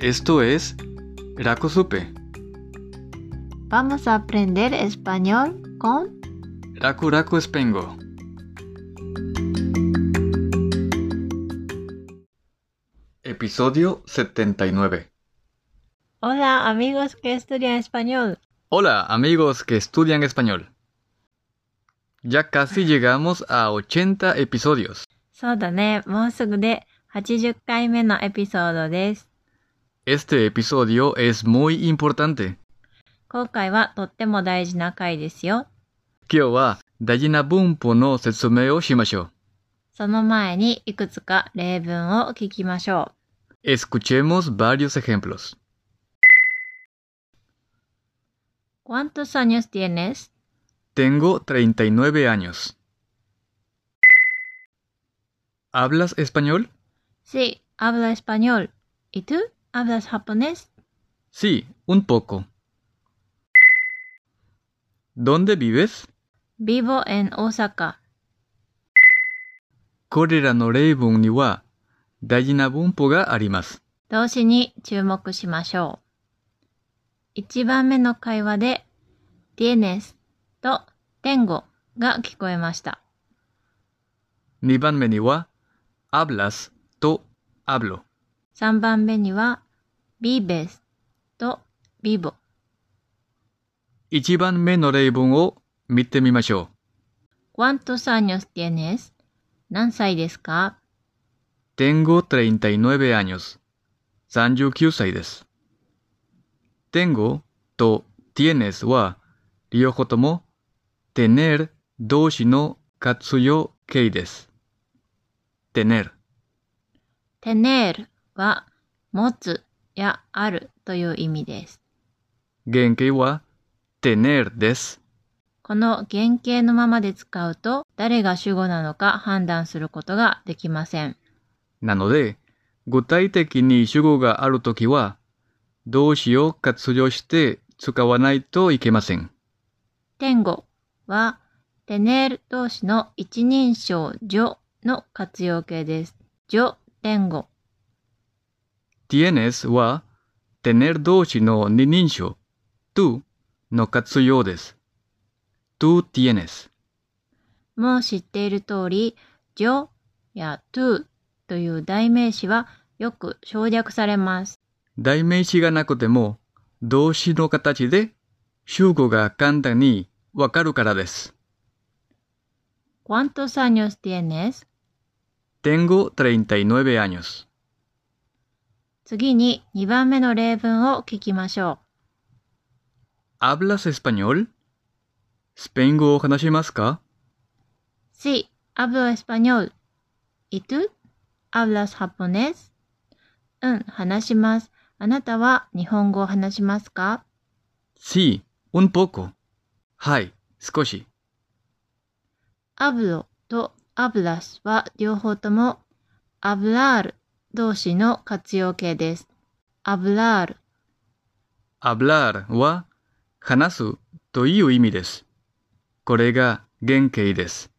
Esto es Rakusupe. Vamos a aprender español con Raku Raku Spengo. Episodio 79. Hola amigos que estudian español. Hola amigos que estudian español. Ya casi llegamos a 80 episodios. そうだね、もうすぐで80回目のエピソードです。 Este episodio es muy importante. 今回はとっても大事な回ですよ。今日は大事な文法の説明をしましょその前にいくつか例文を聞きましょう。Escuchemos varios ejemplos. u ¿Cuántos años tienes? Tengo 39 años. ¿Hablas español? Sí, habla español. ¿Y tú? ¿Hablas japonés? Sí, un poco. ¿Dónde vives? Vivo en Osaka. これらの例文には大事な文法があります。動詞に注目しましょう。1番目の会話で tienes と tengo が聞こえました。 2番目には hablas と hablo。 3番目には vives と vivo。 1番目の例文を見てみましょ ¿Cuántos años tienes? 何歳ですかう。Tengo 39 años. 39歳です。Tengo と tienes は両方とも tener 動詞の活用形です。tener ?tener は持つやあるという意味です。原型は tener です。この原型のままで使うと誰が主語なのか判断することができません。なので、具体的に主語があるときは、動詞を活用して使わないといけません。 tengo は tener 動詞の一人称 yo の活用形です。yo tengo tienes は、tener 動詞の二人称、tú の活用です。tú tienes。もう知っている通り yo や tú という代名詞はよく省略されます。代名詞がなくても、動詞の形で主語が簡単にわかるからです。 ¿Cuántos años tienes? Tengo 39 años. 次に2番目の例文を聞きましょ ¿Hablas español? スペイン語を話しますかう。Sí, hablo español. ¿Y tú? ¿Hablas japonés? うん、話します。あなたは日本語を話しますか Sí, un poco. はい、少し。 ?hablo と hablas は両方とも hablar 動詞の活用形です。hablar hablar は話すという意味です。これが原型です。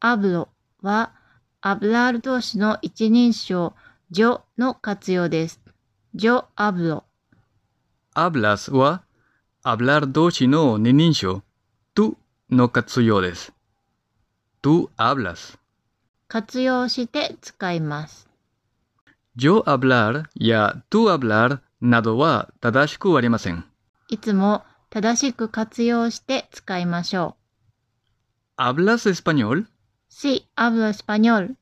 hablo は hablar 動詞の一人称 yo の活用です。yo hablo hablas は hablar 動詞の二人称 tú の活用です。tú hablas。活用して使います。 yo hablar や tú hablar などは正しくありません。いつも正しく活用して使いましょ hablas español? う。Sí, hablo español.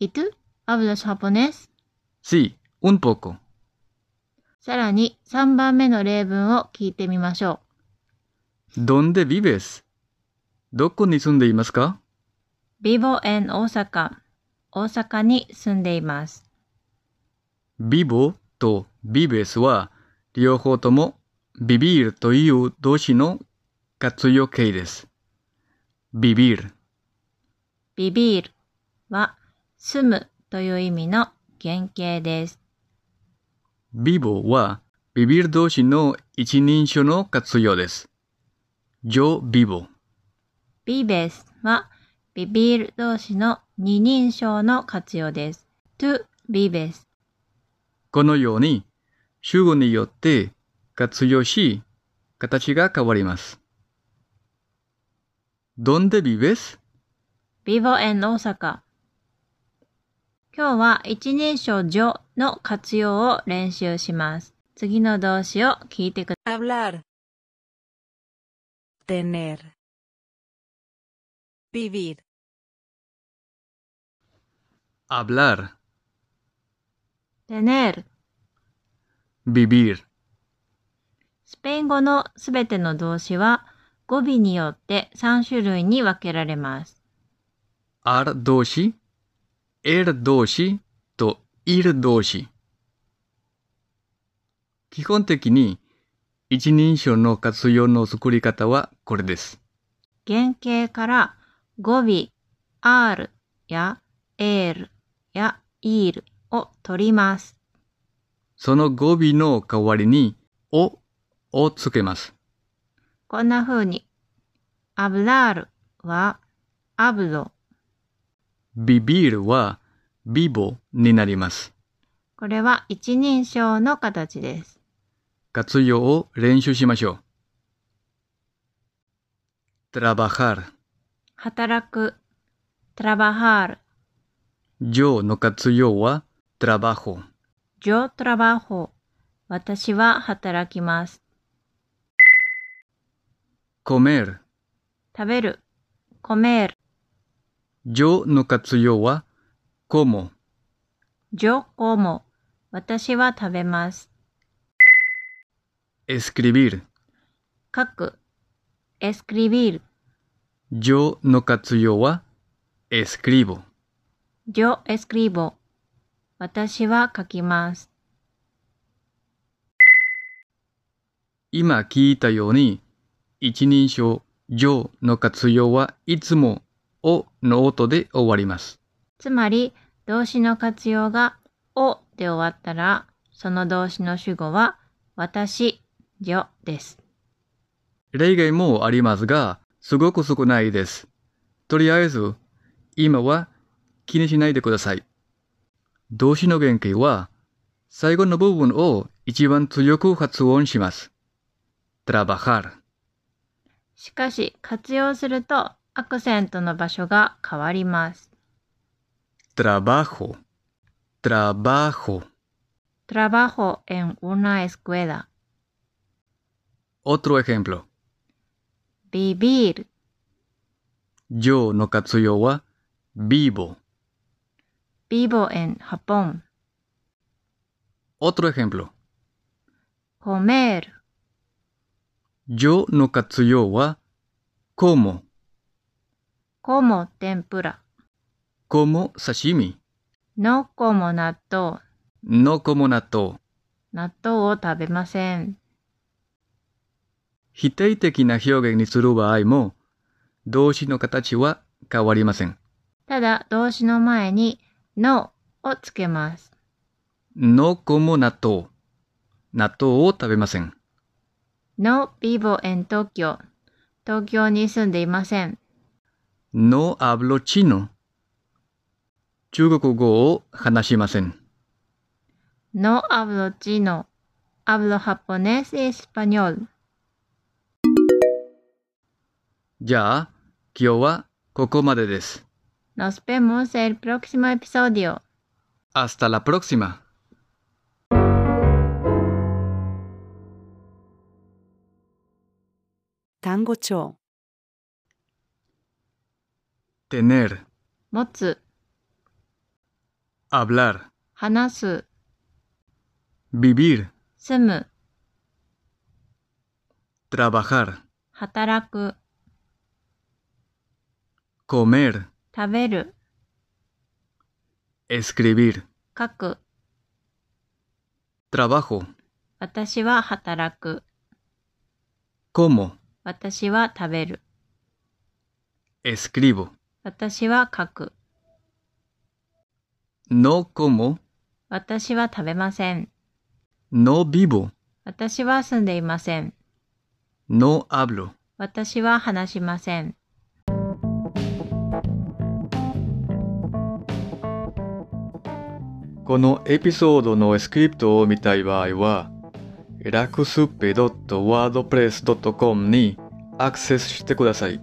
¿Y tú? ¿Hablas japonés? Sí, un poco. さらに3番目の例文を聞いてみましょ ¿Dónde vives? どこに住んでいますかう。Vivo en Osaka. 大阪に住んでいます。 vivo と vives は両方とも vivir という動詞の活用形です。vivir vivir は住むという意味の原型です。 vivo は vivir 動詞の一人称の活用です。yo vivo vives はビビール動詞の二人称の活用です。to vives このように主語によって活用し、形が変わります。¿Dónde vives? Vivo en Osaka。今日は一人称ジョの活用を練習します。次の動詞を聞いてください。 Hablar. Tener. Vivir. Hablar, tener vivir. スペイン語のすべての動詞は語尾によって3種類に分けられます。 ar doshi, er doshi と ir doshi。基本的に一人称の活用の作り方はこれです。原型から語尾 r や l や ir を取ります。その語尾の代わりにおをつけます。こんな風に hablar は hablo ビビるはビボになります。これは一人称の形です。活用を練習しましょう。trabajar 働く trabajar 上の活用は trabajo。 yo trabajo 私は働きます。 comer 食べる comer yo の活用は como。 yo como 私は食べます。 escribir 書く escribir yo の活用は escribo yo escribo 私は書きます。今聞いたように一人称 yo の活用はいつもをの音で終わりますつまり動詞の活用がをで終わったらその動詞の主語は私、yo です。例外もありますがすごく少ないですとりあえず今は気にしないでください動詞の原型は最後の部分を一番強く発音します trabajar しかし活用するとアクセントの場所が変わります。 trabajo trabajo trabajo en una escuela Otro ejemplo. vivir Yo no katsuyo wa vivo. vivo en Japón Otro ejemplo. comer Yo no katsuyo wa como. como 天ぷら Como sashimi. no como 納豆 No como natto. 納豆を食べません否定的な表現にする場合も、動詞の形は変わりません。ただ動詞の前に no をつけます No como natto. Natto を食べません。 no vivo en Tokyo 東京に住んでいません No hablo chino. 中国語を話しません。 no hablo chino hablo japonés y español じゃあ、今日はここまでです。 nos vemos el próximo episodio Hasta la próxima. Tango Cho. Tener, 持つ hablar, 話す vivir, 住む trabajar, 働く comer, 食べる escribir, 書く trabajo, 私は働く como, 私は食べる escribo, 私は書く no como, 私は食べません no vivo, 私は住んでいません no hablo. 私は話しませんこのエピソードのスクリプトを見たい場合は、 erakusupe.wordpress.com にアクセスしてください。